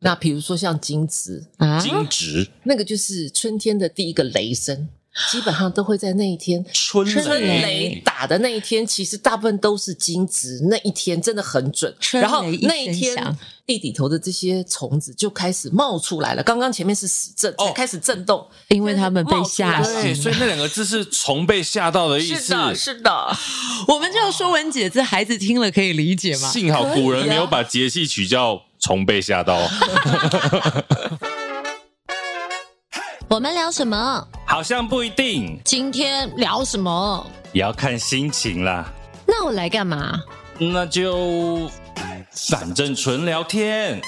那比如说像金子，啊，金植那个就是春天的第一个雷声，基本上都会在那一天。春春雷雷打的那一天，其实大部分都是金子，那一天真的很准。春雷然后一那一声天响，地底头的这些虫子就开始冒出来了。刚刚前面是死震，哦才开始震动。因为他们被吓冒出来对，醒所以了。那两个字是虫被吓到的意思。是的，我们就说文解字，孩子听了可以理解吗？幸好古人没可以有啊把节气取叫虫被吓到。我们聊什么？好像不一定，今天聊什么？也要看心情啦。那我来干嘛？那就反正纯聊天。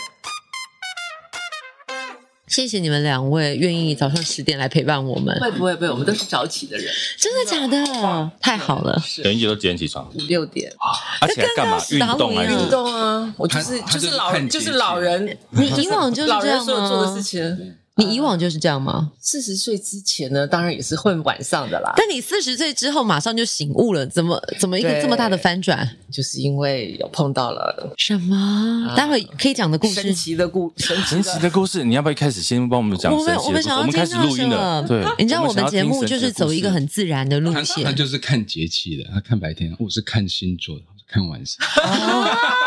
谢谢你们两位愿意早上十点来陪伴我们，会不会被我们都是早起的人？真的假的？嗯太好了！等一姐都几点起床？五六点而且干嘛？跟运刚刚动打我还一是样运动啊，我就是他他就就是是老人，看节就气是老人。你以往就是老这人样所有做的吗事？情，你以往就是这样吗？四十岁之前呢，当然也是混晚上的啦。但你四十岁之后马上就醒悟了，怎么怎么一个对这么大的翻转？就是因为有碰到了什么？待会可以讲的故事神。奇的 故神奇神奇的故事，你要不要一开始先帮我们讲我神们奇的故事？我们想要我们听开始到录什音了，么对。你知道我想们要节听目神就奇的是走一个故事很自然的路他他线，就是看节气的，他看白天，我是看星座的，我是看晚上。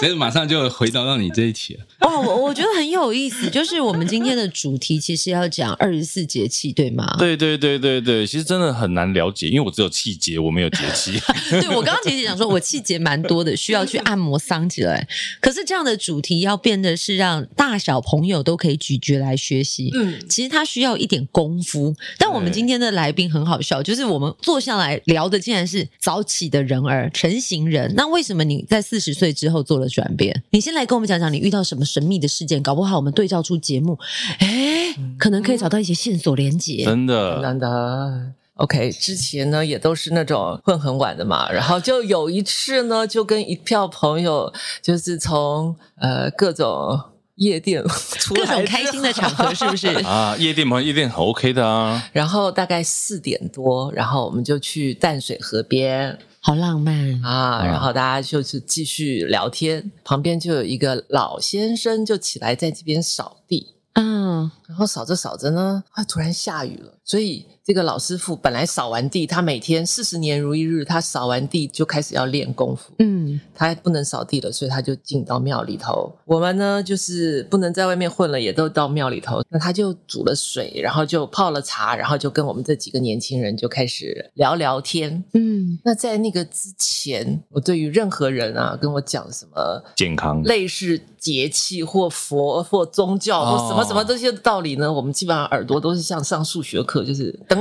所以马上就回到到你这一题了。哇，哦我我觉得很有意思。就是我们今天的主题其实要讲二十四节气，对吗？对对对对对，其实真的很难了解，因为我只有气节，我没有节 气。对，我刚刚其实讲说，我气节蛮多的，需要去按摩桑起来。可是这样的主题要变得是让大小朋友都可以咀嚼来学习。嗯其实它需要一点功夫。但我们对今天的来宾很好笑，就是我们坐下来聊的竟然是早起的人儿、成型人。那为什么你在四十岁之后做了转变？你先来跟我们讲讲你遇到什么神秘的事件，搞不好我们对照出节目，哎，可能可以找到一些线索连接。真很的，难的。OK，之前呢也都是那种混很晚的嘛，然后就有一次呢，就跟一票朋友，就是从呃各种夜店出来各之后，种开心的场合是不是？ 啊，夜店嘛，夜店很 OK 的啊，然后大概四点多，然后我们就去淡水河边好浪漫，啊，嗯然后大家就是继续聊天，旁边就有一个老先生就起来在这边扫地，嗯，然后扫着扫着呢，啊，突然下雨了，所以这个老师傅本来扫完地，他每天四十年如一日，他扫完地就开始要练功夫。嗯，他不能扫地了，所以他就进到庙里头。我们呢，就是不能在外面混了，也都到庙里头。那他就煮了水，然后就泡了茶，然后就跟我们这几个年轻人就开始聊聊天。嗯，那在那个之前，我对于任何人啊跟我讲什么健康。 类似节气或佛或宗教哦或什么什么这些道理呢，我们基本上耳朵都是像上数学课，就是噔，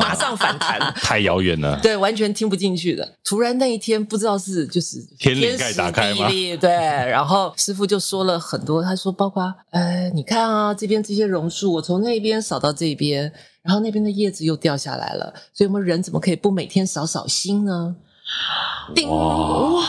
马上反弹。太遥远了，对，完全听不进去的。突然那一天，不知道是就是天灵盖打开吗天时地利对，然后师傅就说了很多，他说包括呃，你看啊，这边这些榕树，我从那边扫到这边，然后那边的叶子又掉下来了，所以我们人怎么可以不每天扫扫心呢？叮，哇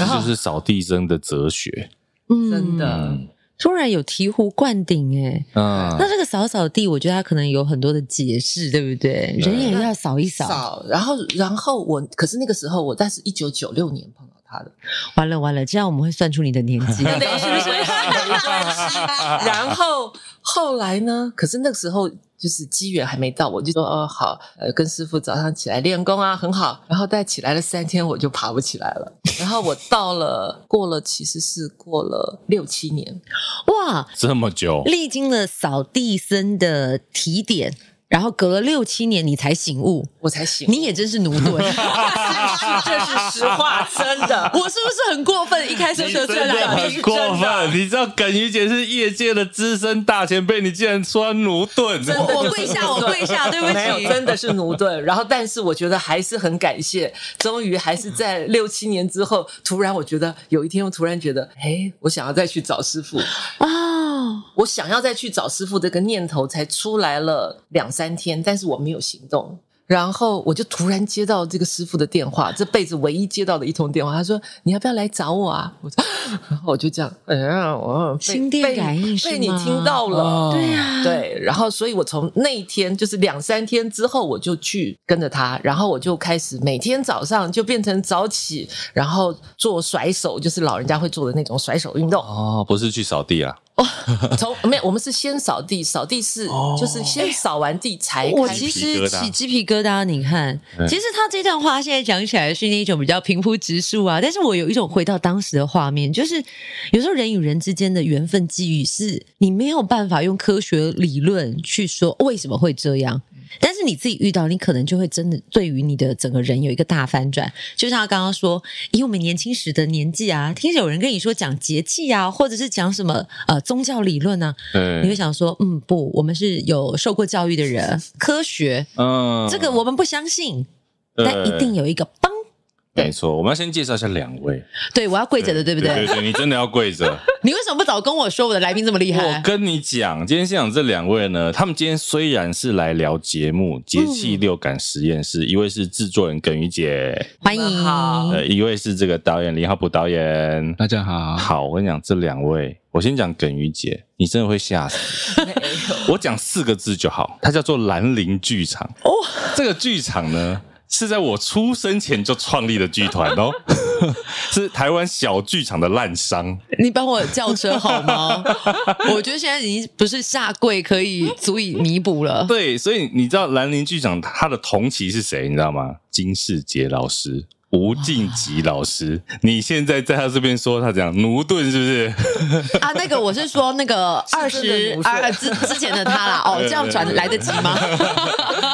然后就是扫地僧的哲学。嗯真的嗯突然有醍醐灌顶哎、那嗯，这个扫扫地，我觉得它可能有很多的解释，对不对？对人也要扫一扫。扫，然后然后我，可是那个时候我但是一九九六年碰到他的，完了完了，这样我们会算出你的年 纪。对，是不是？ 然后后来呢？可是那个时候就是机缘还没到，我就说哦好，呃，跟师傅早上起来练功啊，很好。然后大概起来了三天，我就爬不起来了。然后我到了过了，其实是过了六七年，哇，这 么久，历经了扫地僧的提点，然后隔了六七年你才醒 悟，我才醒。你也真是奴 钝。这是实话，真的。我是不是很过分？一开始就这样，这就是很真的过分！你知道耿于姐是业界的资深大前辈，你竟然穿奴顿，真的我跪下，我跪下，对不没有，起。真的是奴钝。然后，但是我觉得还是很感谢，终于还是在六七年之后，突然我觉得有一天，我突然觉得，哎，我想要再去找师傅，哦，我想要再去找师傅这个念头才出来了两三天，但是我没有行动。然后我就突然接到这个师傅的电话，这辈子唯一接到的一通电话。他说：“你要不要来找我啊？”我说，然后我就这样，哎呀，我被 心电被感应是被你吗听到了，哦对啊对。然后，所以我从那一天就是两三天之后，我就去跟着他，然后我就开始每天早上就变成早起，然后做甩手，就是老人家会做的那种甩手运动。 哦，不是去扫地啦， 从没有，我们是先扫地，扫地是、哦就是先扫完地才哎我开其始。实起鸡皮疙瘩，你看，其实他这段话现在讲起来是那种比较平铺直述啊，但是我有一种回到当时的画面，就是有时候人与人之间的缘分际遇是你没有办法用科学理论去说为什么会这样，但是你自己遇到，你可能就会真的对于你的整个人有一个大翻转。就像他刚刚说，以我们年轻时的年纪啊，听着有人跟你说讲节气啊，或者是讲什么呃宗教理论啊，你会对，想说，嗯，不，我们是有受过教育的人，科学嗯这个我们不相信，对但一定有一个帮。没错。我们要先介绍一下两位，对，我要跪着的，对不对对？对，你真的要跪着。你为什么不早跟我说我的来宾这么厉我害？跟你讲，今天现场这两位呢，他们今天虽然是来聊节目《节气六感实验室》一位是制作人耿于姐，欢迎，好呃，一位是这个导演林浩普导演。嗯大家好，好，我跟你讲，这两位，我先讲耿于姐，你真的会吓死。 我讲四个字就好，它叫做兰陵剧场。哦，这个剧场呢。是在我出生前就创立的剧团哦， 是台湾小剧场的滥觞。你帮我叫车好吗？ 我觉得现在已经不是下跪可以足以弥补了。对，所以你知道兰陵剧场他的同期是谁？你知道吗？金世杰老师。吴敬吉老师，你现在在他这边说他讲奴顿是不是？ 啊，那个我是说那个二是真的十不是二之之前的他啦，哦，这样传来得及吗？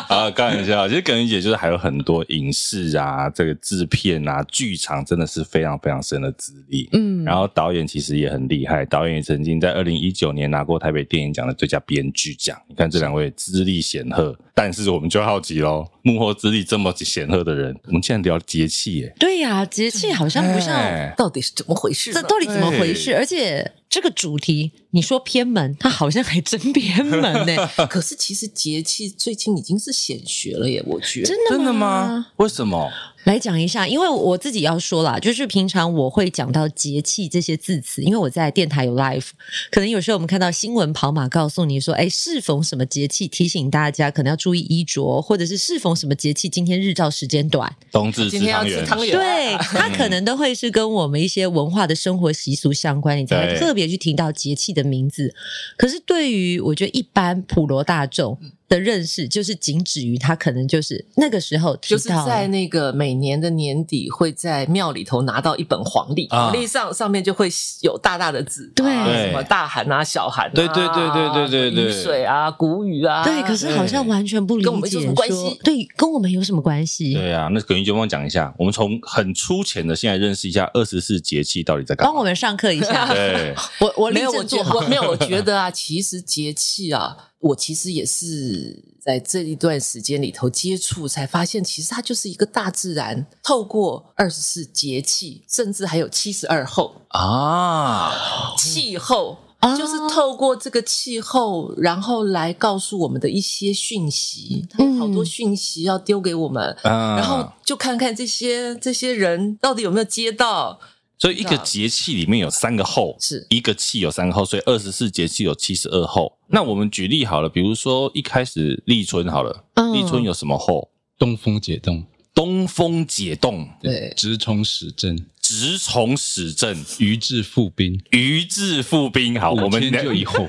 啊，开玩笑，其实耿于姐就是还有很多影视啊、这个制片啊、剧场，真的是非常非常深的资历。嗯，然后导演其实也很厉害，导演也曾经在二零一九年拿过台北电影奖的最佳编剧奖。你看这两位资历显赫，但是我们就好奇喽，幕后资历这么显赫的人，我们竟然聊节气耶、对呀、节气好像不像哎到底是怎么回事呢？这到底怎么回事？对而且这个主题，你说偏门，它好像还真偏门呢、 可是其实节气最近已经是显学了耶，我觉得。真的真的吗？为什么？来讲一下，因为我自己要说啦，就是平常我会讲到节气这些字词，因为我在电台有 live，可能有时候我们看到新闻跑马告诉你说，哎，适逢什么节气，提醒大家可能要注意衣着，或者是适逢什么节气，今天日照时间短，冬至今天要吃汤圆，对，它可能都会是跟我们一些文化的生活习俗相关，你才会对特别去提到节气的名字。可是对于我觉得一般普罗大众的认识，就是仅止于它可能就是那个时候提就是到在了。那个每年的年底，会在庙里头拿到一本黄历，啊黄历上上面就会有大大的字，对啊什么大寒啊、小寒啊，对对对对对对对雨水啊、谷雨啊，对，可是好像完全不理跟我们有解什么关系说对，跟我们有什么关系？对啊，那耿于就帮我讲一下，我们从很粗浅的现在认识一下二十四节气到底在干嘛。哦帮我们上课一下。 对，我我立没有，我正觉坐得好我。没有，我觉得啊，其实节气啊，我其实也是在这一段时间里头接触，才发现其实它就是一个大自然透过二十四节气，甚至还有七十二候啊，气候。哦就是透过这个气候，然后来告诉我们的一些讯息，它有好多讯息要丢给我们，嗯然后就看看这些这些人到底有没有接到。所以一个节气里面有三个候，是一个气有三个候，所以二十四节气有七十二候。那我们举例好了，比如说一开始立春好了，嗯立春有什么候？东风解冻，东风解冻，对，直冲始振，直从始振，鱼至复冰，鱼至复冰。好，我五们天就一候。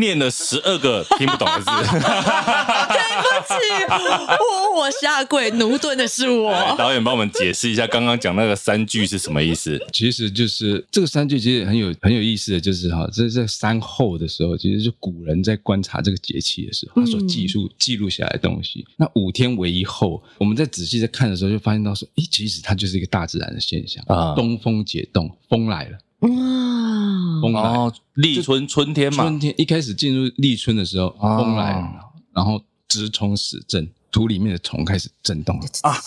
念了十二个听不懂的字。 对不起， 我我下跪，奴顿的是 来我。导演帮我们解释一下刚刚讲那个三句是什么意思？其实就是这个三句，其实很有很有意思的，就是哈，这在三后的时候，其实就古人在观察这个节气的时候，他所记录记录下来的东西。那五天为一后，我们在仔细在看的时候，就发现到说，诶，其实它就是一个大自然的现象啊嗯东风解冻，风来了，哇，风来了。哦，立春春天嘛春，天一开始进入立春的时候，哦风来了，然后直冲始振，土里面的虫开始震动了。啊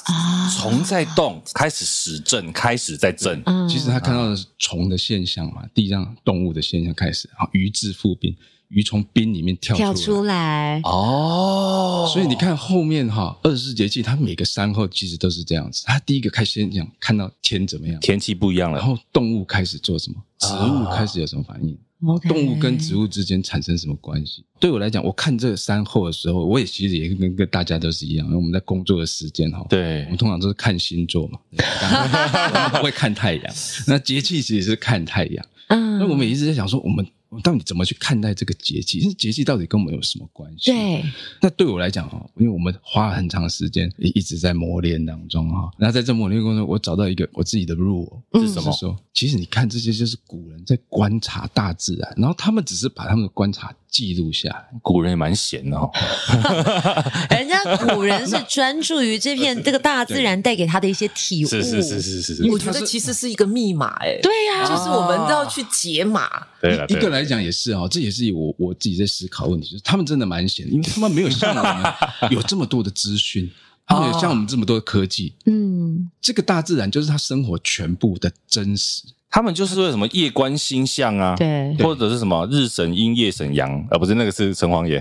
虫在动，开始始振，开始在振。嗯其实他看到的是虫的现象嘛，地上动物的现象开始，然后鱼至腹冰，鱼从冰里面跳跳出出来。来，啊哦所以你，看后面哈，二十四节气它每个山后其实都是这样子。它第一个开始先讲看到天怎么样，天气不一样然了，啊后动物开始做什么，植物开始有什么反应， OK 动物跟植物之间产生什么关系？对我来讲，我看这个山后的时候，我也其实也跟跟大家都是一样，因为我们在工作的时间哈，，对我们通常都是看星座嘛，对当然我们不会看太阳。那节气其实是看太阳，嗯，那我们也一直在想说，我们我们到底怎么去看待这个节气？其实节气到底跟我们有什么关系？对，那对我来讲哈，因为我们花了很长时间一一直在磨练当中哈，那在这磨练过程中，我找到一个我自己的入嗯我是什么？说其实你看这些就是古人在观察大自然，然后他们只是把他们的观察记录下来。古人也蛮闲的哦，嗯人家古人是专注于这片这个大自然带给他的一些体悟，是是啊是是是我是，觉得其实是一个密码，哎，对呀、就是我们都要去解码。对了一对个了，来讲也是啊，这也是我我自己在思考问题，就是他们真的蛮闲，因为他们没有像 我们有这么多的资讯，啊他们有像我们这么多的科技。嗯，这个大自然就是他生活全部的真实，他们就是为什么夜观星象啊，对。或者是什么日神阴夜神阳，呃，不是那个是城隍爷，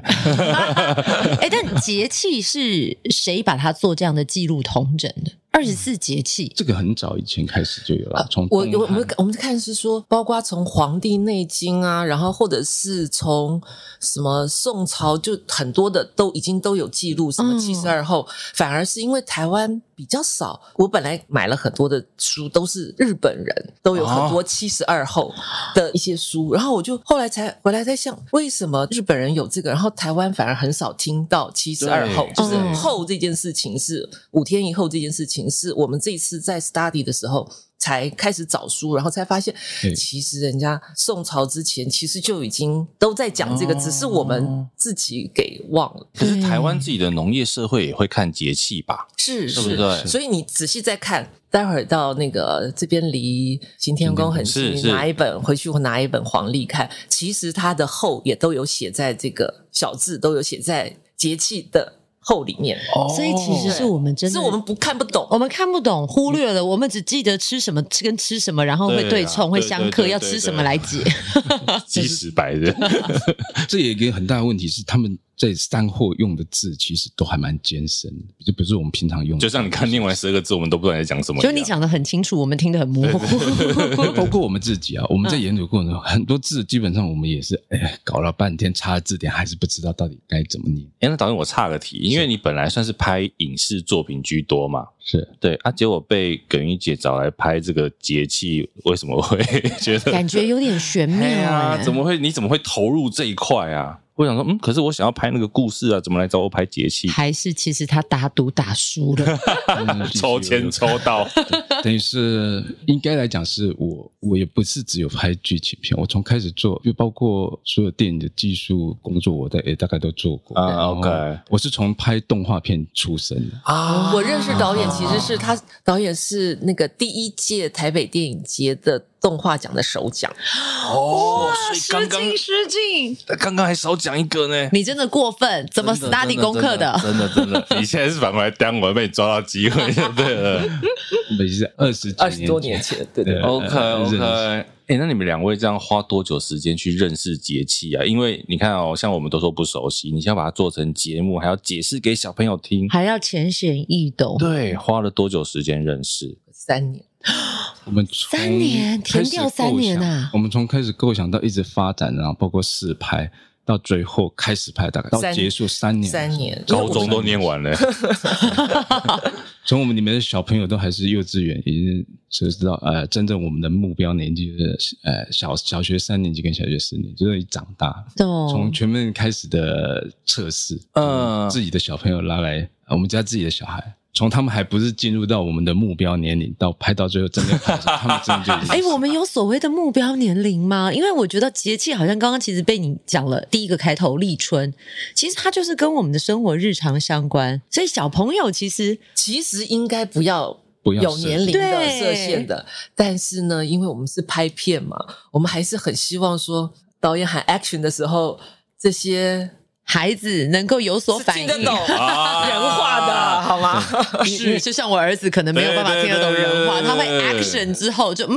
哎，但节气是谁把它做这样的记录统整的？二十四节气，这个很早以前开始就有啊了。从我东我我汉们我们看是说，包括从《黄帝内经》啊，然后或者是从什么宋朝，就很多的都已经都有记录，什么嗯七十二候，反而是因为台湾比较少。我本来买了很多的书，都是日本人都有很多七十二候的一些书，然后我就后来才回来在想，为什么日本人有这个，然后台湾反而很少听到七十二候，对就是嗯后这件事情是五天以后这件事情，是我们这一次在 study 的时候才开始找书，然后才发现对，其实人家宋朝之前其实就已经都在讲这个，哦只是我们自己给忘了。可是台湾自己的农业社会也会看节气吧？是对不对所以你仔细再看，待会儿到那个这边离行天宫很近，是你是拿一本回去，我拿一本黄历看，其实它的后也都有写在这个小字，都有写在节气的后里面，嗯所以其哦实是我们哦真是的，哦我们不看不懂。我们看不懂，忽略了，我们只记得吃什么吃跟吃什么，然后会对对啊冲，会对相对克，对要对吃 对什么来解。鸡屎白人，这也有一个很大的问题是，他们在山货用的字其实都还蛮艰深的，就不是我们平常用的。就像你看念完十二个字，我们都不知道你在讲什么一就样。你讲的很清楚，我们听得很模糊。包括我们自嗯己啊，我们在研究过程中，很多字基本上我们也是哎搞了半天，查了字典还是不知道到底该怎么念。哎，那导演我岔个题，因为你本来算是拍影视作品居多嘛， 是对啊，结果被耿于姐找来拍这个节气，为什么会 觉得感觉有点玄妙哎呀哎，怎么会？你怎么会投入这一块啊？我想说，嗯，可是我想要拍那个故事啊，怎么来找我拍节 气？还是其实他打赌打输 了，抽签抽 到，等于是应该来讲，是我我也不是只有拍剧情片，我从开始做，就包括所有电影的技术工作，我在也大概都做过。啊然后 OK 我是从拍动画片出身的。啊我认识导演，其实是他，导演是那个第一届台北电影节的动画奖的首奖。哦，所以刚刚失敬，刚刚还少讲一个呢。你真的过分，怎么 study 功课的？真的真的，真的 你现在是反过来当我被你抓到机会，对了。 也是二十二十多年前，对对对对。 OK 认 OK，识哎、那你们两位这样花多久时间去认识节气啊？因为你看哦，像我们都说不熟悉，你先把它做成节目，还要解释给小朋友听，还要浅显易懂，对，花了多久时间认识？三年，我们从三年开填始掉三年啊构想我们从开始构想到一直发展，然后包括试拍，到最后开始拍，大概到三结束三年，三年高中都念完了，从我们里面的小朋友都还是幼稚园，已经就知道呃，真正我们的目标年纪就是呃小小学三年级跟小学四年级，就是长大，从懂。全面开始的测试，嗯自己的小朋友拉来呃我们家自己的小孩。从他们还不是进入到我们的目标年龄，到拍到最后真的拍的时候，他们真的就已 经哎，我们有所谓的目标年龄吗？因为我觉得节气好像刚刚其实被你讲了第一个开头立春，其实它就是跟我们的生活日常相关，所以小朋友其实其实应该不要不要有设年龄限的对设限的，但是呢，因为我们是拍片嘛，我们还是很希望说导演喊 action 的时候，这些孩子能够有所是反 听应，得懂 人啊话的，好吗？是，就像我儿子可能没有办法听得懂人话，对对对对他会 action 之后就嗯，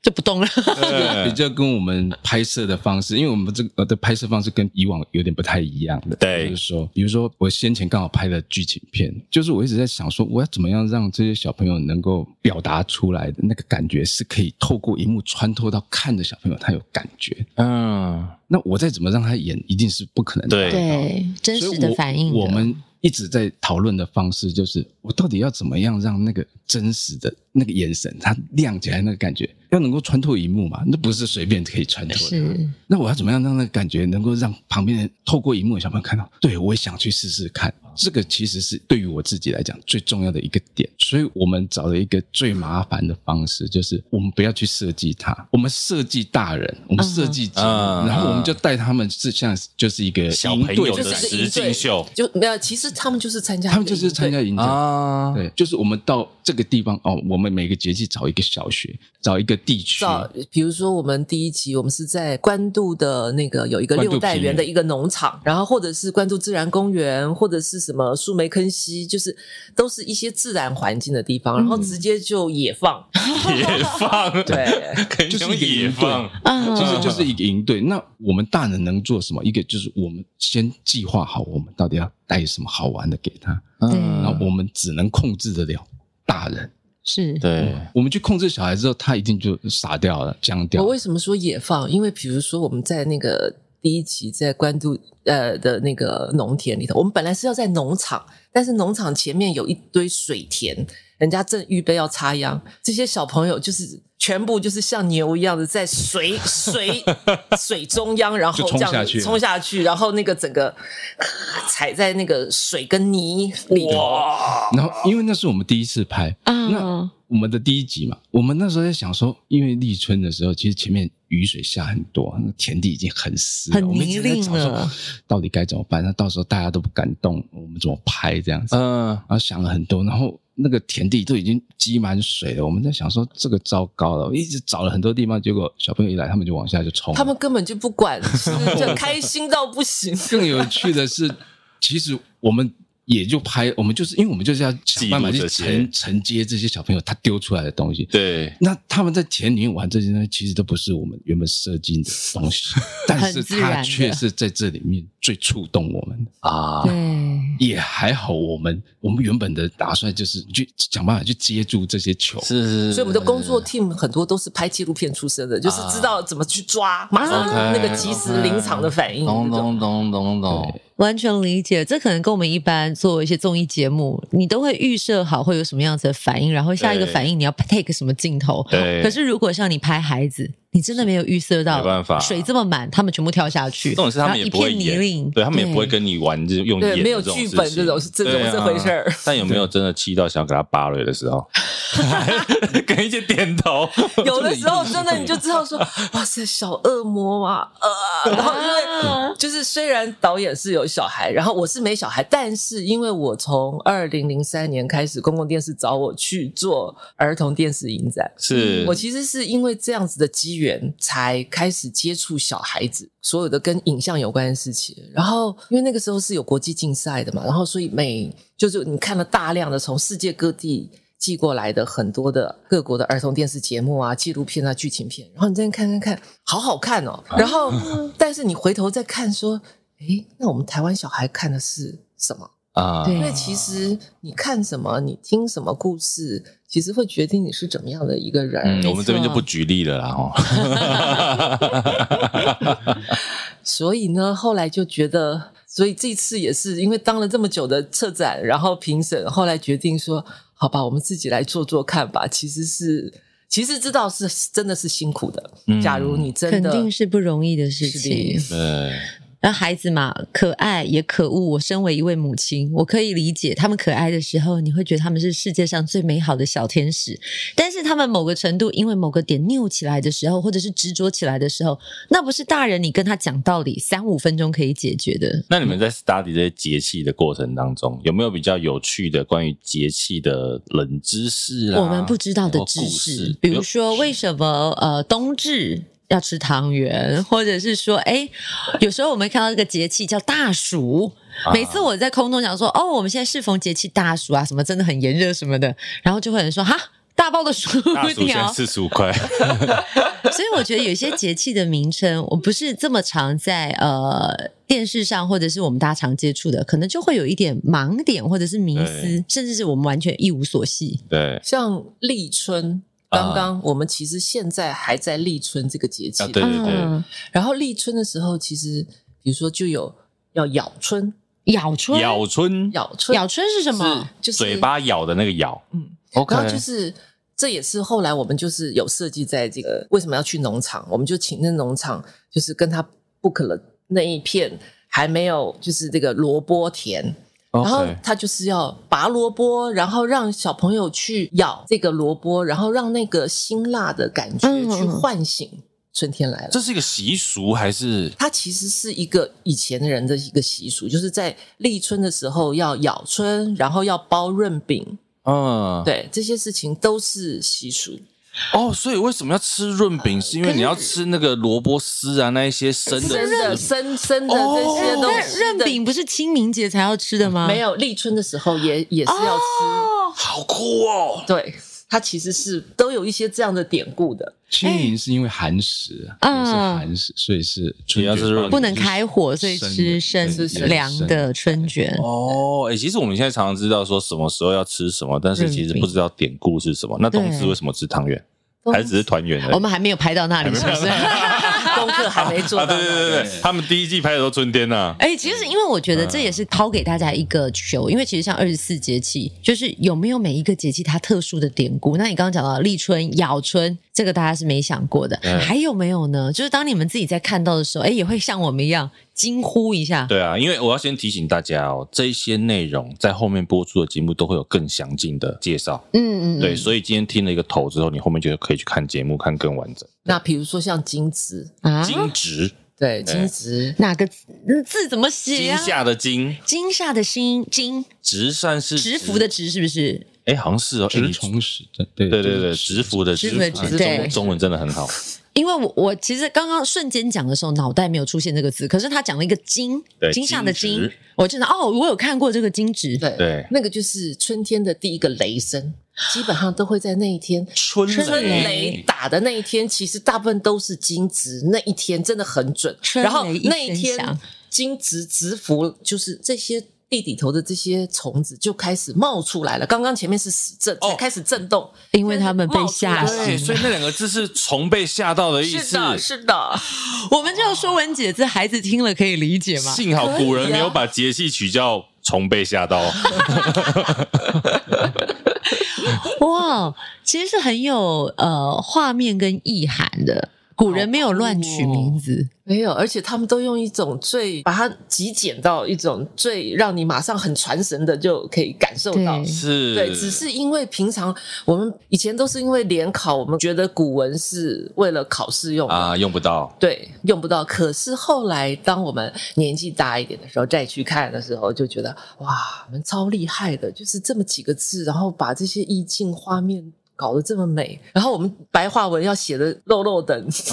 就不动了。 比嗯较跟我们拍摄的方式，因为我们这个的拍摄方式跟以往有点不太一样的。对就是说，比如说我先前刚好拍的剧情片，就是我一直在想说，我要怎么样让这些小朋友能够表达出来的那个感觉，是可以透过荧幕穿透到看的小朋友他有感觉。嗯，那我再怎么让他演，一定是不可能的。对对，真所以实的我反应的我们一直在讨论的方式就是，我到底要怎么样让那个真实的那个眼神，它亮起来那个感觉，要能够穿透荧幕嘛？那不是随便可以穿透的。是那我要怎么样让那个感觉能够让旁边人透过荧幕的小朋友看到？对我也想去试试看。这个其实是对于我自己来讲最重要的一个点，所以我们找了一个最麻烦的方式，就是我们不要去设计它，我们设计大人，我们设计节目，嗯然后我们就带他们是像就是一个小营朋队友的就的感觉是实境秀 就没有，其实他们就是参加，他们就是参加营队。啊，对，就是我们到这个地方哦，我们每个节气找一个小学，找一个地区，找，比如说我们第一集，我们是在关渡的那个有一个关渡六代平园原的一个农场，然后或者是关渡自然公园，或者是什么树梅坑溪，就是都是一些自然环境的地方，嗯然后直接就野放，野放， 对，肯就是定一个野放，嗯，其实嗯就是一个营队。那我们大人能做什么？一个就是我们先计划好，我们到底要带什么好玩的给他，那对嗯我们只能控制得了大人。是对我们去控制小孩之后，他一定就傻掉了，僵掉我了。为什么说野放？因为比如说我们在那个第一集在关渡呃的那个农田里头，我们本来是要在农场，但是农场前面有一堆水田，人家正预备要插秧，这些小朋友就是。全部就是像牛一样的在 水水水中央，然后就冲这样下子去冲下去，然后那个整个呃踩在那个水跟泥里头，然后，因为那是我们第一次拍，啊那，我们的第一集嘛，我们那时候在想说，因为立春的时候，其实前面雨水下很多，那个田地已经很湿了，很我们一直在泥泞想说了到底该怎么办？那到时候大家都不敢动，我们怎么拍这样子？嗯，然后想了很多，然后那个田地都已经积满水了，我们在想说这个糟糕了，我一直找了很多地方，结果小朋友一来，他们就往下就冲了。他们根本就不管， 就是就开心到不行。更有趣的是，其实我们也就拍，我们就是因为我们就是要想办法记录这去些承承接这些小朋友他丢出来的东西。对，那他们在田里面玩这些东西，其实都不是我们原本设计的东西，但是很自然它的却是在这里面最触动我们的。啊，对，也还好，我们我们原本的打算就是去想办法去接住这些球，是是，所以我们的工作 team 很多都是拍纪录片出身的，就是知道怎么去抓，马上啊 OK，嗯那个及时 OK 临场的反应。懂这种懂懂懂懂，完全理解。这可能跟我们一般做一些综艺节目，你都会预设好会有什么样子的反应，然后下一个对反应你要 take 什么镜头。对可是如果像你拍孩子，你真的没有预设到，没办法水这么满，他们全部跳下去，这种事他们也不会然后一片泥演，泞，对他们也不会跟你玩这用演对，的没有这种剧事本情这种是这种对啊这回事儿。 但有没有真的气到想要给他扒了的 时候？跟一些点头，有的时候真的你就知道说，哇塞，小恶魔嘛， 呃，然啊后因为就是虽然导演是有小孩，然后我是没小孩，但是因为我从二零零三年开始，公共电视找我去做儿童电视影展，是我其实是因为这样子的机缘，才开始接触小孩子所有的跟影像有关的事情。然后，因为那个时候是有国际竞赛的嘛，然后所以每就是你看了大量的从世界各地寄过来的很多的各国的儿童电视节目啊、纪录片啊、剧情片，然后你再看看看，好好看哦。然后，但是你回头再看说，诶，那我们台湾小孩看的是什么？啊，对因为其实你看什么，你听什么故事，其实会决定你是怎么样的一个人。嗯，错我们这边就不举例了啦，哦， 所以呢，后来就觉得，所以这次也是因为当了这么久的策展，然后评审，后来决定说，好吧，我们自己来做做看吧。其实是，其实知道是真的是辛苦的。嗯假如你真肯的定是不容易的事是情的。对，那孩子嘛，可爱也可恶。我身为一位母亲，我可以理解他们可爱的时候，你会觉得他们是世界上最美好的小天使。但是他们某个程度，因为某个点拗起来的时候，或者是执着起来的时候，那不是大人你跟他讲道理三五分钟可以解决的。那你们在 study 这些节气的过程当中，有没有比较有趣的关于节气的冷知识啊？我们不知道的或知故识事，比如说为什么呃冬至要吃汤圆，或者是说，哎，有时候我们看到这个节气叫大暑。每次我啊在空中讲说，哦，我们现在适逢节气大暑啊，什么真的很炎热什么的，然后就会有人说，哈，大包的薯大薯条现，四十五块，所以我觉得有一些节气的名称，我不是这么常在呃电视上或者是我们大家常接触的，可能就会有一点盲点或者是迷思对，甚至是我们完全一无所系。 对像立春，啊刚刚我们其实现在还在立春这个节气啊，，对对对，嗯，然后立春的时候，其实比如说就有要咬春，咬春，咬春咬春咬春是什么？是就是嘴，巴咬的那个咬嗯， ，OK，然后就是。这也是后来我们就是有设计在这个为什么要去农场，我们就请那农场就是跟他 book 了那一片还没有就是这个萝卜田，然后 OK，他就是要拔萝卜，然后让小朋友去咬这个萝卜，然后让那个辛辣的感觉嗯嗯去嗯唤醒春天来了。这是一个习俗还是它其实是一个以前人的一个习俗，就是在立春的时候要咬春，然后要包润饼，嗯？哦对这些事情都是习俗。哦，所以为什么要吃润饼？是因为你要吃那个萝卜丝啊，那一些生的生的、食生生的这些东但西，润饼不是清明节才要吃的吗？没有立春的时候也也是要吃，哦，好酷哦！对。它其实是都有一些这样的典故的，清明是因为寒食，也嗯是寒食，所以是春也要吃卷肉包不能开火，所以吃生生的对凉生的春卷。哦，哎、其实我们现在常常知道说什么时候要吃什么，但是其实不知道典故是什么。那冬至为什么吃汤圆？还是只是团圆而已？我们还没有拍到那里，是不是？功课还没做啊，到对呢。对对对，他们第一季拍的都春天啊呐、 哎、其实是因为我觉得这也是抛给大家一个球，因为其实像二十四节气，就是有没有每一个节气它特殊的典故？那你刚刚讲到立春、咬春，这个大家是没想过的，嗯还有没有呢？就是当你们自己在看到的时候，哎、也会像我们一样惊呼一下。对啊，因为我要先提醒大家哦，这些内容在后面播出的节目都会有更详尽的介绍。嗯嗯，嗯对，，所以今天听了一个头之后，你后面就可以去看节目，看更完整。那比如说像金子，啊，金值，对对金子，哪个字嗯字怎么写啊金呀、下的金，惊吓的心，惊直善是直服的，直，是不是？哎，好像是哦，直诶从史的，对对对就是对，直服的直直服的服直哎对中中文真的很好，因为我我其实刚刚瞬间讲的时候，脑袋没有出现这个字，可是他讲了一个惊对，惊吓的惊惊蛰，我真的哦，我有看过这个惊蛰，对对那个就是春天的第一个雷声，基本上都会在那一天。春春雷雷打的那一天，其实大部分都是金子，那一天真的很准。春雷然后那一一声天响，金子直服，就是这些地底头的这些虫子就开始冒出来了。刚刚前面是死震，哦才开始震动。因为他们被吓冒出来对，醒。所以那两个字是虫被吓到的意思。是的，我们就说文解字，孩子听了可以理解吗？幸好古人没有把节气取叫虫被吓 到。哇，其实是很有呃画面跟意涵的。古人没有乱取名字，没有，而且他们都用一种最把它极简到一种最让你马上很传神的就可以感受到对。是，对，只是因为平常我们以前都是因为联考，我们觉得古文是为了考试用的，啊，用不到。对，用不到。可是后来当我们年纪大一点的时候，再去看的时候，就觉得哇，我们超厉害的，就是这么几个字，然后把这些意境画面。搞得这么美，然后我们白话文要写的肉肉等，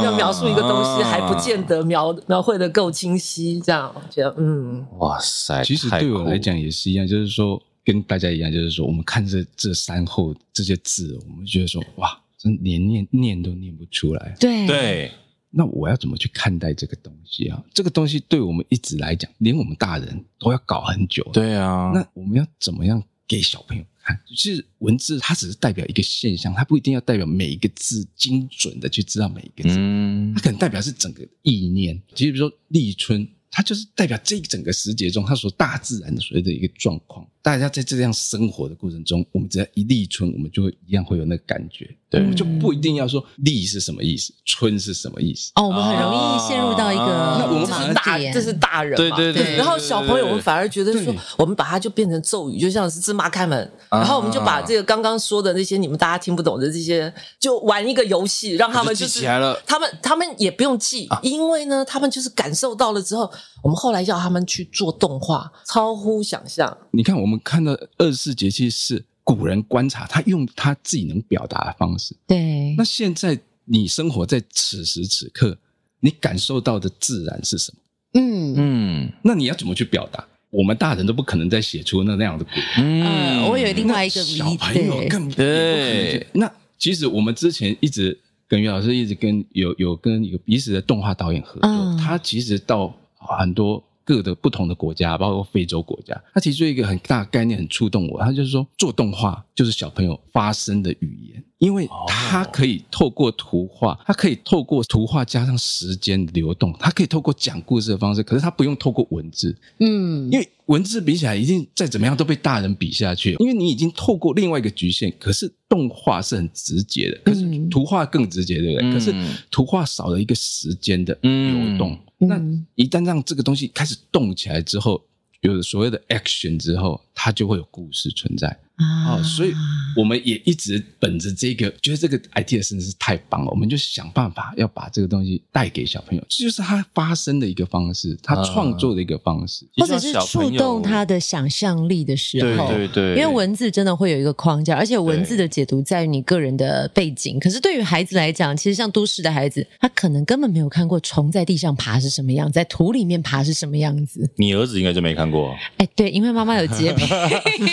要描述一个东西，还不见。得描描绘的够清晰，这样我觉得嗯，啊哇塞，其实太对我酷来，讲也是一样，就是说跟大家一样，就是说我们看这这三后这些字，我们觉得说哇，真连念念都念不出来。对，对那我要怎么去看待这个东西啊？这个东西对我们一直来讲，连我们大人都要搞很久。，对啊，那我们要怎么样给小朋友看？其实文字它只是代表一个现象，它不一定要代表每一个字精准的去知道每一个字。嗯它，可能代表是整个意念。其实比如说立春，它就是代表这整个时节中它所大自然的所谓的一个状况。大家在这样生活的过程中，我们只要一立春，我们就会一样会有那个感觉。对我们嗯就不一定要说立是什么意思，春是什么意思。哦，我们很容易陷入到一啊那个我们这反是而大盲点，这是大人对嘛，对对对。然后小朋友，我们反而觉得说对，我们把它就变成咒语，就像是芝麻开门，啊然后我们就把这个刚刚说的那些你们大家听不懂的这些，就玩一个游戏，让他们就是记起来了啊他们他们也不用记，因为呢，他们就是感受到了之后，我们后来要他们去做动画，超乎想象。你看，我们看到二十四节气是古人观察，他用他自己能表达的方式。对那现在你生活在此时此刻，你感受到的自然是什么？嗯，嗯，那你要怎么去表达？我们大人都不可能再写出那那样的古呃嗯，我有另外一个理小朋友解更对，那其实我们之前一直耿于老师一直跟有有跟一个彼此的动画导演合作，嗯他其实到很多各的不同的国家，包括非洲国家，他提出一个很大的概念，很触动我。他就是说，做动画就是小朋友发声的语言，因为他可以透过图画，他可以透过图画加上时间流动，他可以透过讲故事的方式，可是他不用透过文字，嗯因为文字比起来，一定再怎么样都被大人比下去，因为你已经透过另外一个局限。可是动画是很直接嗯的，可是图画更直接，对不对？嗯可是图画少了一个时间的流动。嗯那一旦让这个东西开始动起来之后，有了所谓的 action 之后，它就会有故事存在。啊哦，所以我们也一直本着这个，觉得这个 idea 真的是太棒了，我们就想办法要把这个东西带给小朋友，这就是他发声的一个方式，他啊嗯创作的一个方式。或者是触动他的的想象力的时对候，对对，因为文字真的会有一个框架，而且文字的解读在于你个人的背景。可是对于孩子来讲，其实像都市的孩子，他可能根本没有看过虫在地上爬是什么样，在土里面爬是什么样子。你儿子应该就没看 过，哎，对，因为妈妈有洁 癖，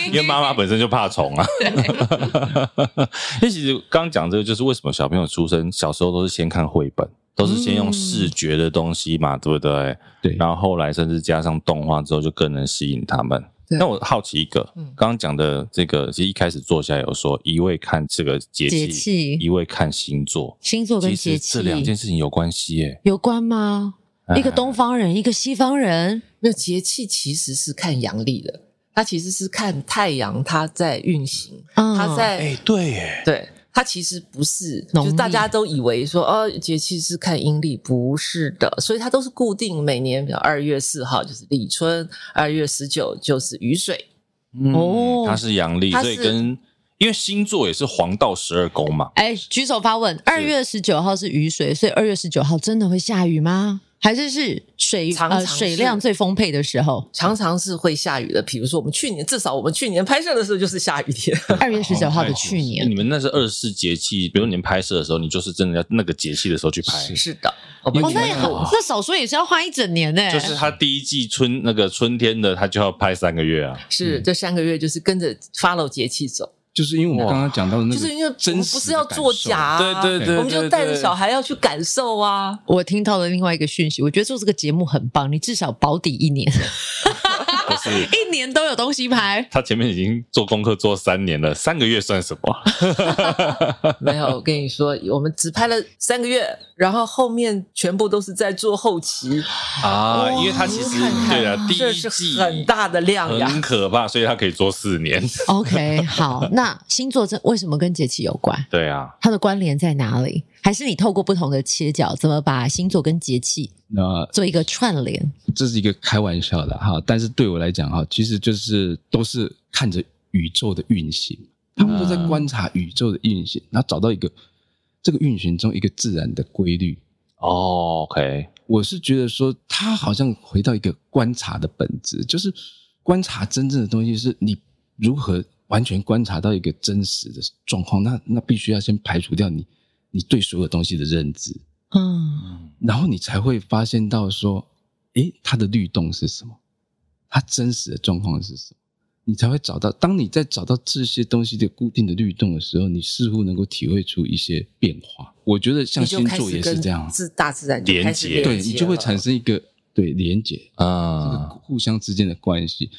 因为妈妈本身就怕虫啊。 因为其实刚刚讲这个，就是为什么小朋友出生小时候都是先看绘本，都是先嗯用视觉的东西嘛，对不对？对然后后来甚至加上动画之后，就更能吸引他们。对那我好奇一个，嗯刚刚讲的这个，其实一开始坐下来有说，一位看这个节节气，气一位看星座，星座跟其节实气这两件事哎情有关系耶、有关吗？一个东方人，一个西方人，没有节气其实是看阳历的，它其实是看太阳它在运行，嗯它在、哎、对耶，对。它其实不是，农就历是大家都以为说哦，节气是看阴历，不是的，所以它都是固定每年，比如二月四号就是立春，二月十九就是雨水，嗯哦它是阳历，它所以是跟因为星座也是黄道十二宫嘛，哎，举手发问。二月十九号是雨水，所以二月十九号真的会下雨吗？还是是水常常呃是水量最丰沛的 时候？常常是会下雨的。比如说我们去年，至少我们去年拍摄的时候就是下雨天，二月十九号的去年你们那是二十四节气，比如你们拍摄的时候，你就是真的要那个节气的时候去拍。是的，我们哦，去那年也很那少说也是要花一整年呢、就是他第一季春那个春天的，他就要拍三个月啊。是这三个月就是跟着 follow 节气走，就是因为我们刚刚讲到的那就个，是因为我真们实不是要作假、的感受。啊，对对对我们对就对带着小孩要去感受啊。我听到了另外一个讯息，我觉得做这个节目很棒，你至少保底一年，可是 一年都有东西拍。他前面已经做功课做三年了，三个月算什么？ 没有，我跟你说，我们只拍了三个月，然后后面全部都是在做后期， 啊，因为他其实你看看对啊，第这一是季很大的量很呀。可怕，所以他可以做 四年。 OK，好，那星座这为什么跟节气有关？对啊，它的关联在哪里？还是你透过不同的切角，怎么把星座跟节气那做一个串联？这是一个开玩笑的哈，但是对我来讲哈，其实就是都是看着宇宙的运行，他们都在观察宇宙的运行，然后找到一个这个运行中一个自然的规律。哦，OK，我是觉得说，他好像回到一个观察的本质，就是观察真正的东西是你如何完全观察到一个真实的状况。那那必须要先排除掉你你对所有东西的认知，嗯，嗯，然后你才会发现到说，诶，它的律动是什么？它真实的状况是什么？你才会找到。当你在找到这些东西的固定的律动的时候，你似乎能够体会出一些变化。我觉得像你就星开座始也跟是这样，自大自然就开始连接连对接你就会了产生一个对连接，这个啊，互相之间的关系。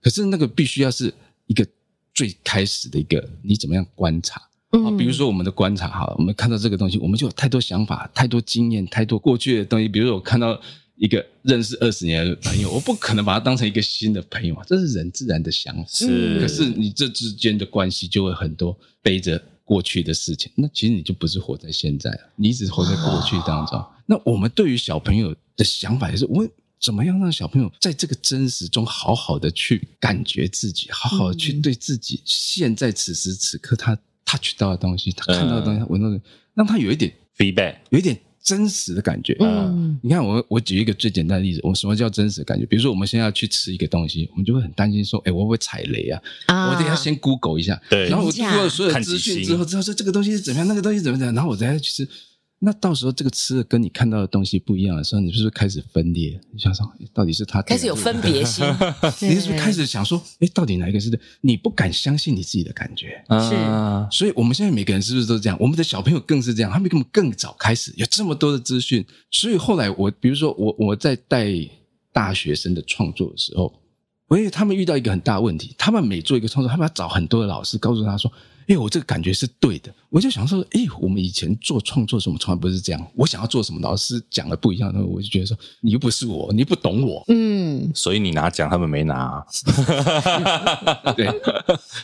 可是那个必须要是一个最开始的一个，你怎么样观察？嗯啊，比如说我们的观察哈，我们看到这个东西，我们就有太多想法、太多经验、太多过去的东西。比如说我看到一个认识二十年的朋友，我不可能把他当成一个新的朋友啊，这是人自然的想法。是，可是你这之间的关系就会很多背着过去的事情，那其实你就不是活在现在了，啊你一直活在过去当中。那我们对于小朋友的想法也是，我怎么样让小朋友在这个真实中好好的去感觉自己，好好的去对自己现在此时此刻他 touch 到的东西，他看到的东西，他闻到的，让嗯他有一点 feedback，有一点真实的感觉。嗯，你看我，我举一个最简单的例子，我们什么叫真实的感觉？比如说，我们现在要去吃一个东西，我们就会很担心说，哎、我会不会踩雷啊？啊我得嗯要先 Google 一下，对然后我评价 Google 所有看资几讯星之后，知道说这个东西是怎么样，那个东西怎么样，然后我再去吃。那到时候这个吃的跟你看到的东西不一样的时候，你是不是开始分裂？你想说，诶到底是他对开始有还是分别心，我，你是不是开始想说，哎，到底哪一个是对？你不敢相信你自己的感觉。是啊，所以，我们现在每个人是不是都这样？我们的小朋友更是这样，他们根本更早开始有这么多的资讯。所以后来我，比如说我我在带大学生的创作的时候，我也他们遇到一个很大的问题，他们每做一个创作，他们要找很多的老哎师告诉他说：“哎，我这个感觉是对的。”我就想说：“哎，我们以前做创作的时候，我们从来不是这样。我想要做什么，老师讲的不一样的，我就觉得说你又不是我，你不懂我。”嗯，所以你拿奖，他们没拿 啊，对，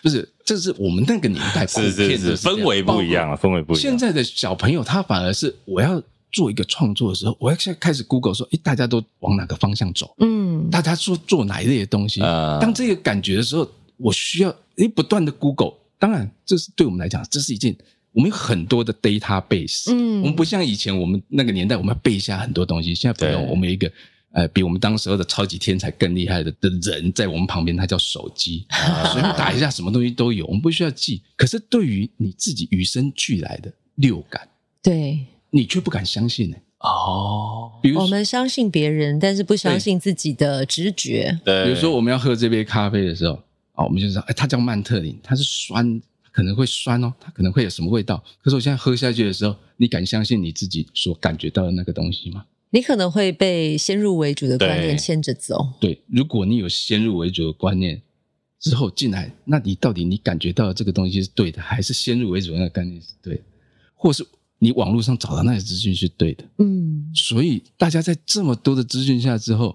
不是，这是我们那个年 代普是遍是的是，这样氛围不一样。包了，氛围不括一样现。在的小朋友，他反而是我要做一个创作的时候，我要先开始 Google 说，诶，大家都往哪个方向走？嗯，大家说做哪一类的东西？呃当这个感觉的时候，我需要诶不断的 Google。当然，这是对我们来讲，这是一件我们有很多的 database。嗯我们不像以前我们那个年代，我们要背一下很多东西。现在不用，对我们有一个呃比我们当时候的超级天才更厉害的的人在我们旁边，他叫手机，啊随便打一下什么东西都有，我们不需要记。可是对于你自己与生俱来的六感，对，你却不敢相信呢、哦，比如我说，们相信别人，但是不相信自己的直觉。对，比如说我们要喝这杯咖啡的时候，啊，我们就知道，哎，它叫曼特林，它是酸，可能会酸哦，它可能会有什么味道。可是我现在喝下去的时候，你敢相信你自己所感觉到的那个东西吗？你可能会被先入为主的观念对牵着走，对，如果你有先入为主的观念之后进来，那你到底你感觉到的这个东西是对的，还是先入为主的那个概念是对的，或是你网络上找到那些资讯是对的？嗯，所以大家在这么多的资讯下之后，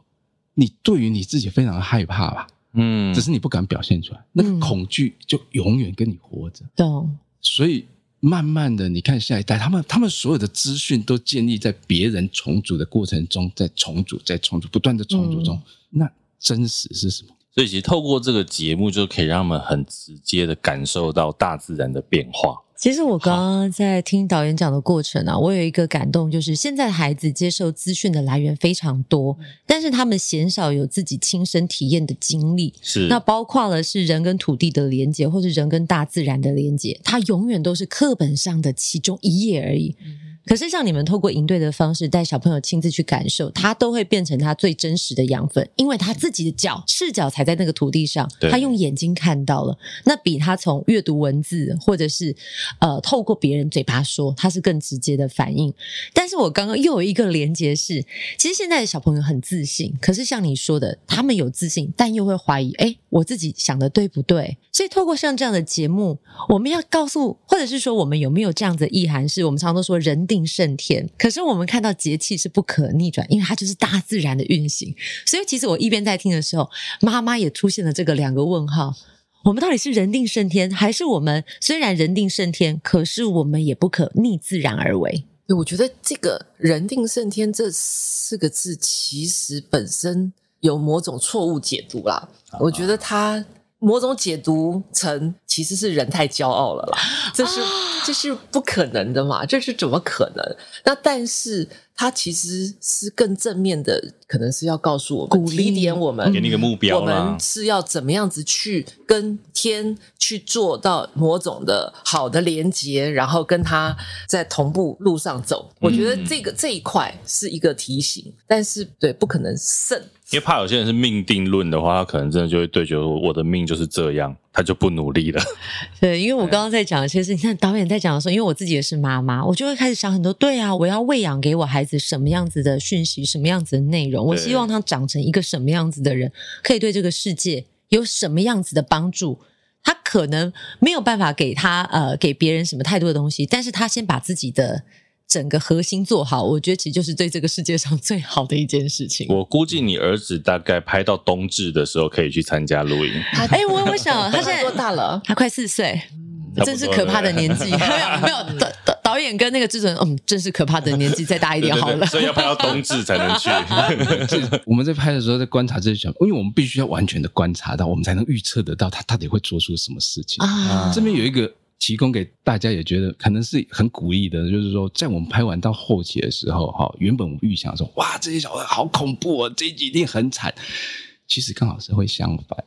你对于你自己非常的害怕吧，嗯，只是你不敢表现出来，那个嗯恐惧就永远跟你活着。懂，所以慢慢的，你看下一代，他们他们所有的资讯都建立在别人重组的过程中，在重组，在重组，不断的重组中，那真实是什么？ 所以其实透过这个节目，就可以让他们很直接的感受到大自然的变化。其实我刚刚在听导演讲的过程啊，我有一个感动，就是现在孩子接受资讯的来源非常多，嗯但是他们鲜少有自己亲身体验的经历。嗯是那包括了是人跟土地的连接，或是人跟大自然的连接，它永远都是课本上的其中一页而已。可是像你们透过营队的方式带小朋友亲自去感受，他都会变成他最真实的养分，因为他自己的脚赤脚踩在那个土地上，对他用眼睛看到了，那比他从阅读文字或者是呃透过别人嘴巴说，他是更直接的反应。但是我刚刚又有一个连接是，其实现在的小朋友很自信，可是像你说的，他们有自信，但又会怀疑，哎，我自己想的对不对？所以透过像这样的节目，我们要告诉，或者是说我们有没有这样子的意涵？是我们常常都说人定胜天，可是我们看到节气是不可逆转，因为它就是大自然的运行。所以其实我一边在听的时候，妈妈也出现了这个两个问号。我们到底是人定胜天，还是我们虽然人定胜天，可是我们也不可逆自然而为？对，我觉得这个“人定胜天”这四个字，其实本身有某种错误解读啦。我觉得它某种解读成其实是人太骄傲了 啦，这啊是、这是不可能的嘛，这是怎么可能？那但是它其实是更正面的，可能是要告诉我们、鼓提励嗯点我们，给你一个目标我啦们。是要怎么样子去跟天去做到某种的好的连接，然后跟他在同步路上走。我觉得这个这一块是一个提醒，但是对不可能胜，因为怕有些人是命定论的话，他可能真的就会对决我的命就是这样，他就不努 力了。对，因为我刚刚在讲的其实你看导演在讲的时候，因为我自己也是妈妈，我就会开始想很多。对啊，我要喂养给我孩子什么样子的讯息，什么样子的内容？我对希望他长成一个什么样子的人，可以对这个世界有什么样子的帮助。他可能没有办法给他呃给别人什么太多的东西，但是他先把自己的整个核心做好，我觉得其实就是对这个世界上最好的一件事情。我估计你儿子大概拍到冬至的时候可以去参加露营，哎，我我想他现在多大了？他快四岁，差不多真是可怕的年 纪。没对有没有导导导演跟那个制作人，嗯，真是可怕的年纪，再大一对点对好 对，了。所以要拍到冬至才能 去。这我们在拍的时候，在观察这些小，因为我们必须要完全的观察到，我们才能预测得到他到底会做出什么事情。啊，这边有一个提供给大家，也觉得可能是很鼓励的，就是说，在我们拍完到后期的时候，哈，原本我们预想说，哇，这些小孩好恐怖哦，这一集一定很惨。其实刚好是会相反，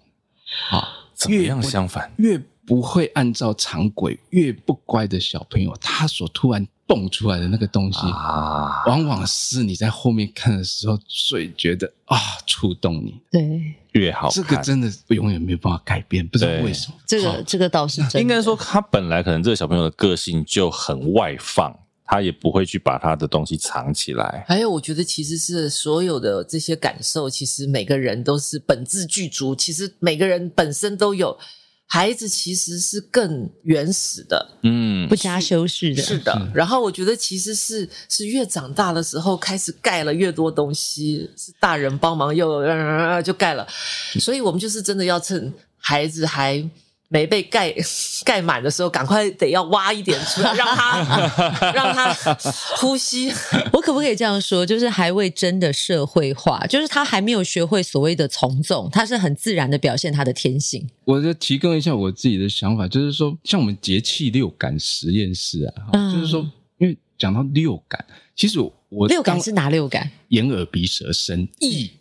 啊，怎么样相反？越不会按照常规、越不乖的小朋友，他所突然蹦出来的那个东西，啊，往往是你在后面看的时候最觉得啊触动你。对，越好这个看。真的永远没有办法改变，不知道对为什么。这好个这个倒是真的。应该说，他本来可能这个小朋友的个性就很外放，他也不会去把他的东西藏起来。还有，我觉得其实是所有的这些感受，其实每个人都是本质具足，其实每个人本身都有。孩子其实是更原始的，嗯不，加修饰的，是的。然后我觉得其实是是越长大的时候开始盖了越多东西，是大人帮忙又、呃、就盖了，嗯所以我们就是真的要趁孩子还没被盖 盖满的时候，赶快得要挖一点出来，让他 让他呼吸。我可不可以这样说？就是还未真的社会化，就是他还没有学会所谓的从众，他是很自然的表现他的天性。我就提供一下我自己的想法，就是说，像我们节气六感实验室啊，嗯就是说，因为讲到六感，其实我我六感当是哪六感？眼、耳、鼻、舌、身、意、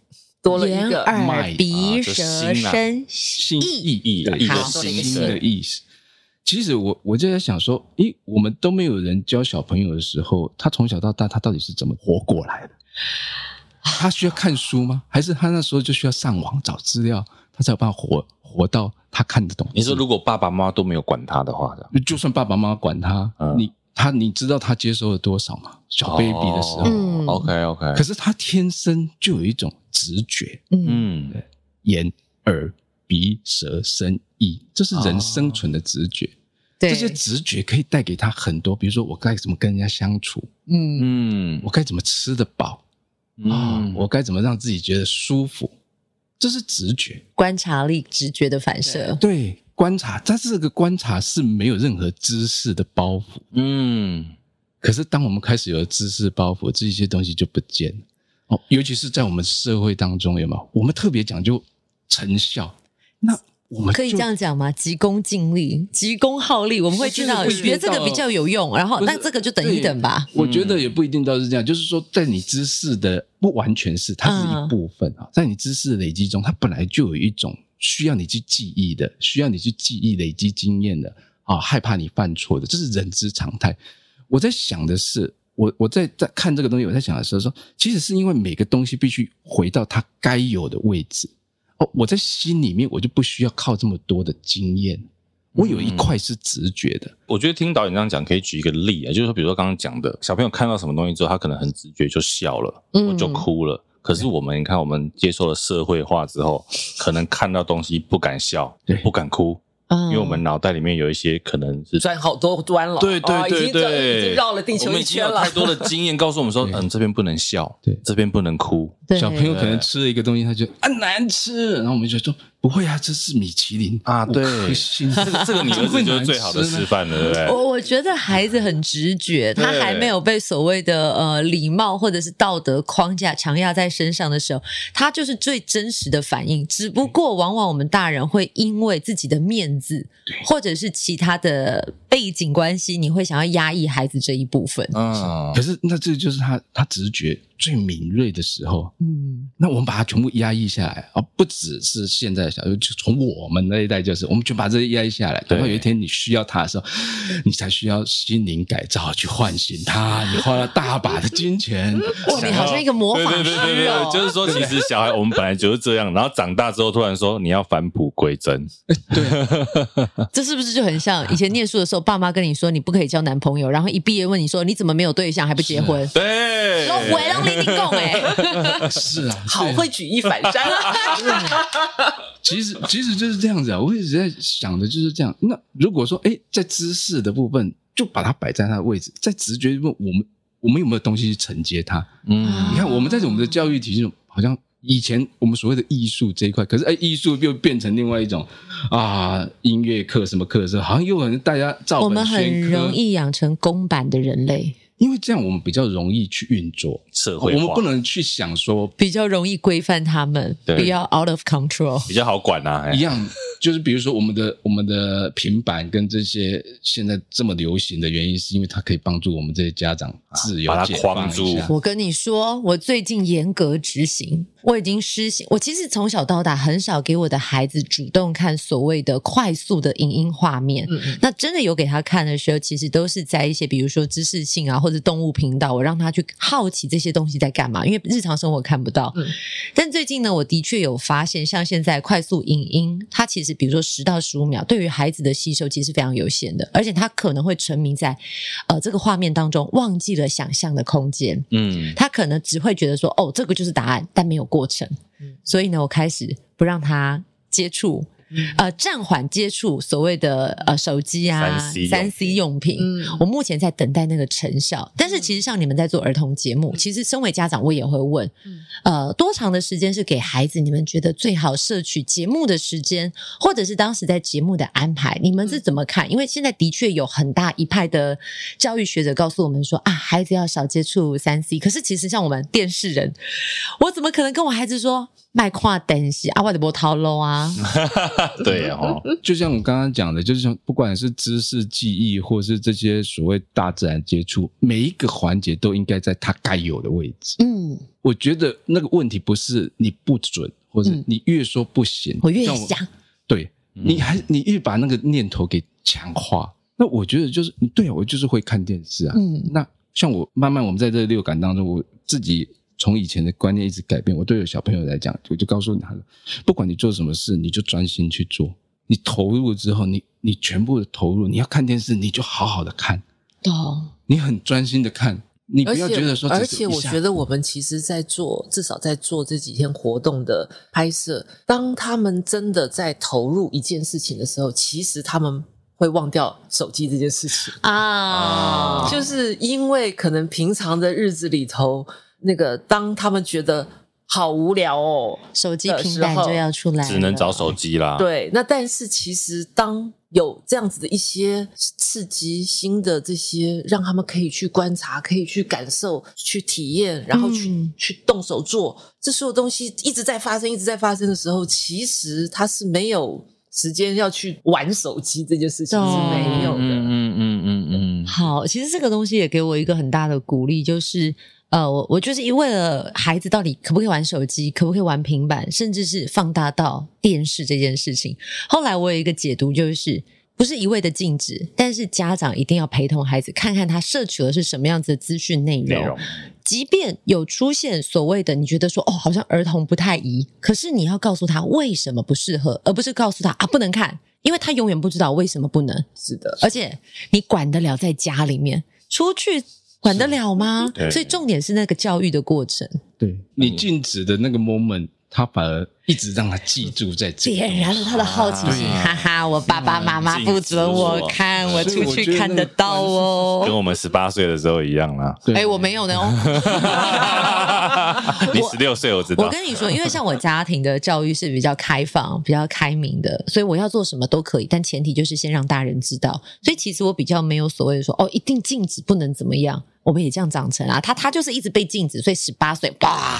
多了一眼、个耳脉、鼻、啊这舌、心啊身、心意。意啊对意的心心心的意思。其实我我就在想说，诶，我们都没有人教小朋友的时候，他从小到大他到底是怎么活过来的？他需要看书吗？还是他那时候就需要上网找资料，他才有办法活活到他看得懂？你说如果爸爸妈妈都没有管他的话的，就算爸爸妈妈管他，嗯你他你知道他接收了多少吗？小 baby 的时候，嗯 OK OK，可是他天生就有一种直觉，嗯，嗯眼、耳、鼻、舌、身、意，这是人哦生存的直觉。对这，些直觉可以带给他很多，比如说我该怎么跟人家相处，嗯，嗯我该怎么吃得饱啊、嗯，我该怎么让自己觉得舒服，这是直觉。观察力、直觉的反射。对，观察，但是这个观察是没有任何知识的包袱。嗯可是当我们开始有了知识包袱，这些东西就不见了。哦，尤其是在我们社会当中，有没有？我们特别讲究成效，那我们可以就这样讲吗？急功近利、急功好利，我们会知道，是是是觉得这个比较有用，然后不是那这个就等一等吧。嗯我觉得也不一定都是这样，就是说，在你知识的不完全是，它是嗯一部分啊，在你知识的累积中，它本来就有一种需要你去记忆的，需要你去记忆、累积经验的啊，害怕你犯错的，这是人之常态。我在想的是，我我在在看这个东西，我在想的时候说，其实是因为每个东西必须回到它该有的位置。哦，我在心里面我就不需要靠这么多的经验，我有嗯一块是直觉的，我觉得听导演这样讲，可以举一个例啊，就是说，比如说刚刚讲的，小朋友看到什么东西之后，他可能很直觉就笑了，嗯或就哭了。可是我们，你看，我们接受了社会化之后，可能看到东西不敢笑对，不敢哭，嗯因为我们脑袋里面有一些可能是转好多弯了，对哦已对对经转对，已经绕了地我球们一已经圈有了太。多的经验告诉我们 说，对嗯，这边不能笑，对这边不能哭，对小朋友可能吃了一个东西，他就啊难吃，然后我们就说不会啊，这是米其林啊对五颗星这 个这个你儿 子就是最好的示。范 了，对不哦对？我我觉得孩子很直觉，他还没有被所谓的呃礼貌或者是道德框架强压在身上的时候，他就是最真实的反应。只不过，往往我们大人会因为自己的面子，或者是其他的背景关系，你会想要压抑孩子这一部分。嗯可，是那这就是他他直觉最敏锐的时候，嗯，那我们把它全部压抑下来啊，不只是现在的小孩，就从我们那一代就是，我们全把这些压抑下来。对然后有一天你需要它的时候，你才需要心灵改造去唤醒它。你花了大把的金钱， 哇，你好像一个魔对法对师对对对，哦。就是说，其实小孩我们本来就是这样，然后长大之后突然说你要返璞归真，这是不是就很像以前念书的时候，爸妈跟你说你不可以交男朋友，然后一毕业问你说你怎么没有对象还不结婚？对，说回龙零零 共哎。是啊，好对啊会举一反三 啊！其实其实就是这样子啊，我一直在想的就是这样。那如果说，哎，在知识的部分就把它摆在它的位置，在直觉部分，我们我们有没有东西去承接它？嗯你看，我们在我们的教育体系中，好像以前我们所谓的艺术这一块，可是哎，艺术又变成另外一种啊，音乐课什么课的时候，好像又很大家照我本们宣很科。容易养成公版的人类。因为这样我们比较容易去运作。社我会化们不能去想说比较容易规范他们，对不要 out of control。比较好管呐、啊。一哎样，就是比如说我们的我们的平板跟这些现在这么流行的原因，是因为它可以帮助我们这些家长自由把它解框放一住下我跟你说，我最近严格执行，我已经施行。我其实从小到大很少给我的孩子主动看所谓的快速的影音画面。嗯嗯那真的有给他看的时候，其实都是在一些比如说知识性啊，或者动物频道，我让他去好奇这些东西在干嘛，因为日常生活看不到。嗯但最近呢，我的确有发现，像现在快速影音，它其实比如说十到十五秒，对于孩子的吸收其实非常有限的，而且他可能会沉迷在呃这个画面当中，忘记了想象的空间。嗯，他可能只会觉得说，哦，这个就是答案，但没有过程。嗯所以呢，我开始不让他接触，嗯呃，暂缓接触所谓的呃手机啊、 3C 用三 C 用品。嗯我目前在等待那个成效，但是其实像你们在做儿童节目，其实身为家长，我也会问嗯，呃，多长的时间是给孩子？你们觉得最好摄取节目的时间，或者是当时在节目的安排，你们是怎么看？因为现在的确有很大一派的教育学者告诉我们说啊，孩子要少接触三 C，可是其实像我们电视人，我怎么可能跟我孩子说卖跨等戏啊，我的波涛喽啊？对哦，就像我刚刚讲的，就是说不管是知识记忆，或是这些所谓大自然接触，每一个环节都应该在它该有的位置。嗯，我觉得那个问题不是你不准，或者嗯你越说不行，我越像想，对，嗯你还你越把那个念头给强化。那我觉得就是，对啊，我就是会看电视啊。嗯那像我慢慢我们在这六感当中，我自己从以前的观念一直改变。我对我小朋友来讲，我就告诉他了，不管你做什么事，你就专心去做。你投入之后，你你全部的投入，你要看电视，你就好好的看，懂，你很专心的看，你不而要且觉得说而只是且一我下觉得我们其实，在做至少在做这几天活动的拍摄，当他们真的在投入一件事情的时候，其实他们会忘掉手机这件事 情，啊，就是因为可能平常的日子里头，那个当他们觉得好无聊哦，手机的平时板候就要出来了，只能找手机啦。，对，那但是其实当有这样子的一些刺激新的这些，让他们可以去观察、可以去感受、去体验，然后去、嗯去动手做，这所有东西一直在发生、一直在发生的时候，其实他是没有时间要去玩手机这件事情是懂没有的。嗯嗯嗯嗯好，其实这个东西也给我一个很大的鼓励，就是呃，我我就是一为了孩子到底可不可以玩手机，可不可以玩平板，甚至是放大到电视这件事情。后来我有一个解读，就是不是一味的禁止，但是家长一定要陪同孩子，看看他摄取的是什么样子的资讯内内容。容即便有出现所谓的你觉得说哦，好像儿童不太宜，可是你要告诉他为什么不适合，而不是告诉他啊不能看，因为他永远不知道为什么不能。是的，而且你管得了在家里面，出去管得了吗对？所以重点是那个教育的过程，对你禁止的那个 moment，他反而一直让他记住在这个东西。点燃了他的好奇心。嗯啊哈哈，我爸爸妈妈不准我看，我所以出我觉去得看得到跟哦。我们十八岁的时候一样啦。对哎，我没有呢哦。你十六岁我知我道，跟你说，因为像我家庭的教育是比较开放、比较开明的，所以我要做什么都可以，但前提就是先让大人知道。所以其实我比较没有所谓的说哦，一定禁止不能怎么样。我们也这样长成啊，他他就是一直被禁止，所以十八岁哇，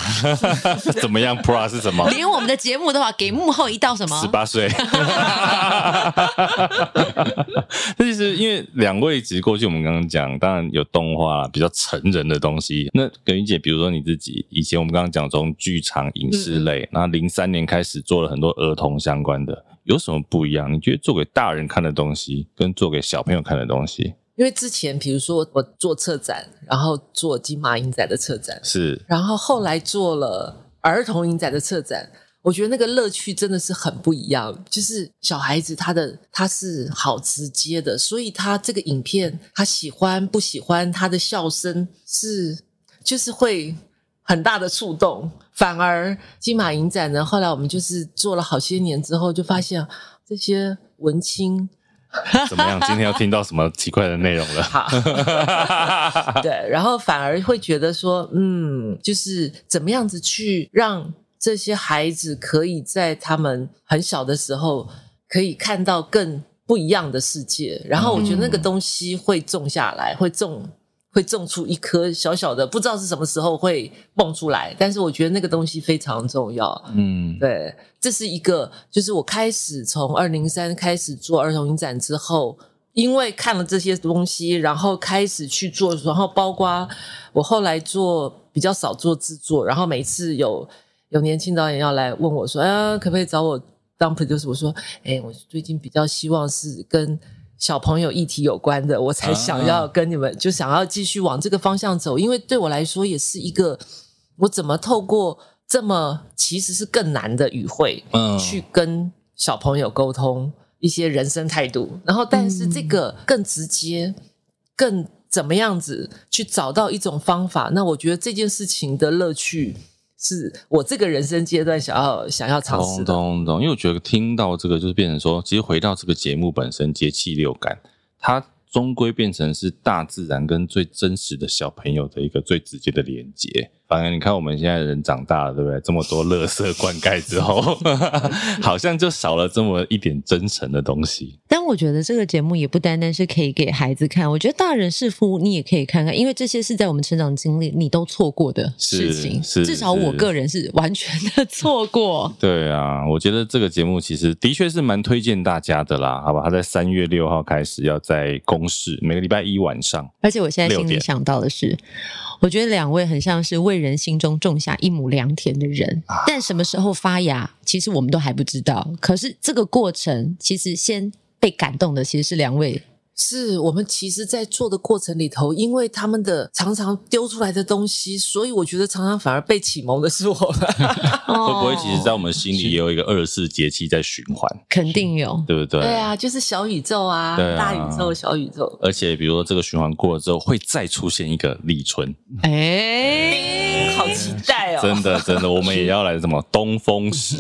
怎么样？Pro 是什么？连我们的节目的话，给幕后一道什么？十八岁，那其实因为两位其实过去我们刚刚讲，当然有动画比较成人的东西。那耿云姐，比如说你自己，以前我们刚刚讲从剧场、影视类，那零三年开始做了很多儿童相关的，有什么不一样？你觉得做给大人看的东西跟做给小朋友看的东西因为之前比如说我做策展，然后做金马影展的策展，是然后后来做了儿童影展的策展，我觉得那个乐趣真的是很不一样。就是小孩子他的他是好直接的，所以他这个影片他喜欢不喜欢，他的笑声是就是会很大的触动。反而金马影展呢，后来我们就是做了好些年之后，就发现这些文青怎么样？今天要听到什么奇怪的内容 好。了？对，然后反而会觉得说，嗯，就是怎么样子去让这些孩子可以在他们很小的时候可以看到更不一样的世界，然后我觉得那个东西会种下来，会种会种出一颗小小的，不知道是什么时候会蹦出来，但是我觉得那个东西非常重要。嗯，对，这是一个，就是我开始从二零三开始做儿童影展之后，因为看了这些东西，然后开始去做，然后包括我后来做比较少做制作，然后每次有有年轻导演要来问我说，啊，可不可以找我当 producer？我说，哎，我最近比较希望是跟。小朋友议题有关的，我才想啊要跟你们，就想要继续往这个方向走，因为对我来说也是一个，我怎么透过这么其实是更难的语汇，嗯去跟小朋友沟通一些人生态度，然后但是这嗯个更直接，更怎么样子去找到一种方法，那我觉得这件事情的乐趣。是我这个人生阶段想要想要尝试的，懂懂懂，因为我觉得听到这个就是变成说，其实回到这个节目本身，节气六感，它终归变成是大自然跟最真实的小朋友的一个最直接的连接。反而你看我们现在人长大了，对不对？这么多垃圾灌溉 之后，好像就少了这么一点真诚的东西。但我觉得这个节目也不单单是可以给孩子看，我觉得大人是乎你也可以看看，因为这些是在我们成长经历你都错过的事情，是是至少我是个人是完全的错过。对啊，我觉得这个节目其实的确是蛮推荐大家的啦，好吧？它在三月六号开始要在公视，每个礼拜一晚上。而且我现在心六里点想到的是，我觉得两位很像是为人心中种下一亩良田的人，啊但什么时候发芽，其实我们都还不知道。可是这个过程，其实先被感动的其实是两位，是我们其实，在做的过程里头，因为他们的常常丢出来的东西，所以我觉得常常反而被启蒙的是我们。会会不会其实，在我们心哦里也有一个二十四节气在循环，肯定有？对不对？对啊，就是小宇宙啊，对啊大宇宙、小宇宙。而且比如说这个循环过了之后，会再出现一个立春，哎，好期待 哦！真的真的，我们也要来什么东 风使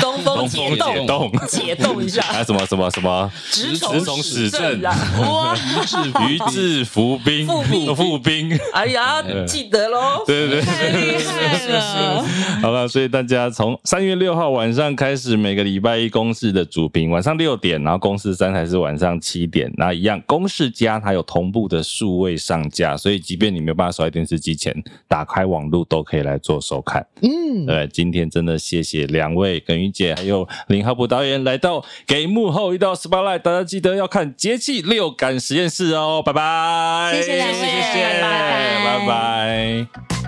东风东解风冻，解冻，解冻一下 还有什么什么什么直从从始政政，啊！哇， 鱼字伏 兵，伏兵伏兵，哎 呀，记得喽！对对太对。厉害了！ 好了，所以大家从三月六号晚上开始，每个礼拜一公示的主屏晚上六点，然后公示三还是晚上七点，那一样公示加它有同步的数位上架，所以即便你没有办法守在电视机前，打开网络都可以来做收看。嗯，对，今天真的谢谢两位耿于姐还有林浩普导演来到给幕后一道 spotlight，大家记得要看《节气六感实验室》哦，拜拜，谢谢两位谢谢，拜拜拜拜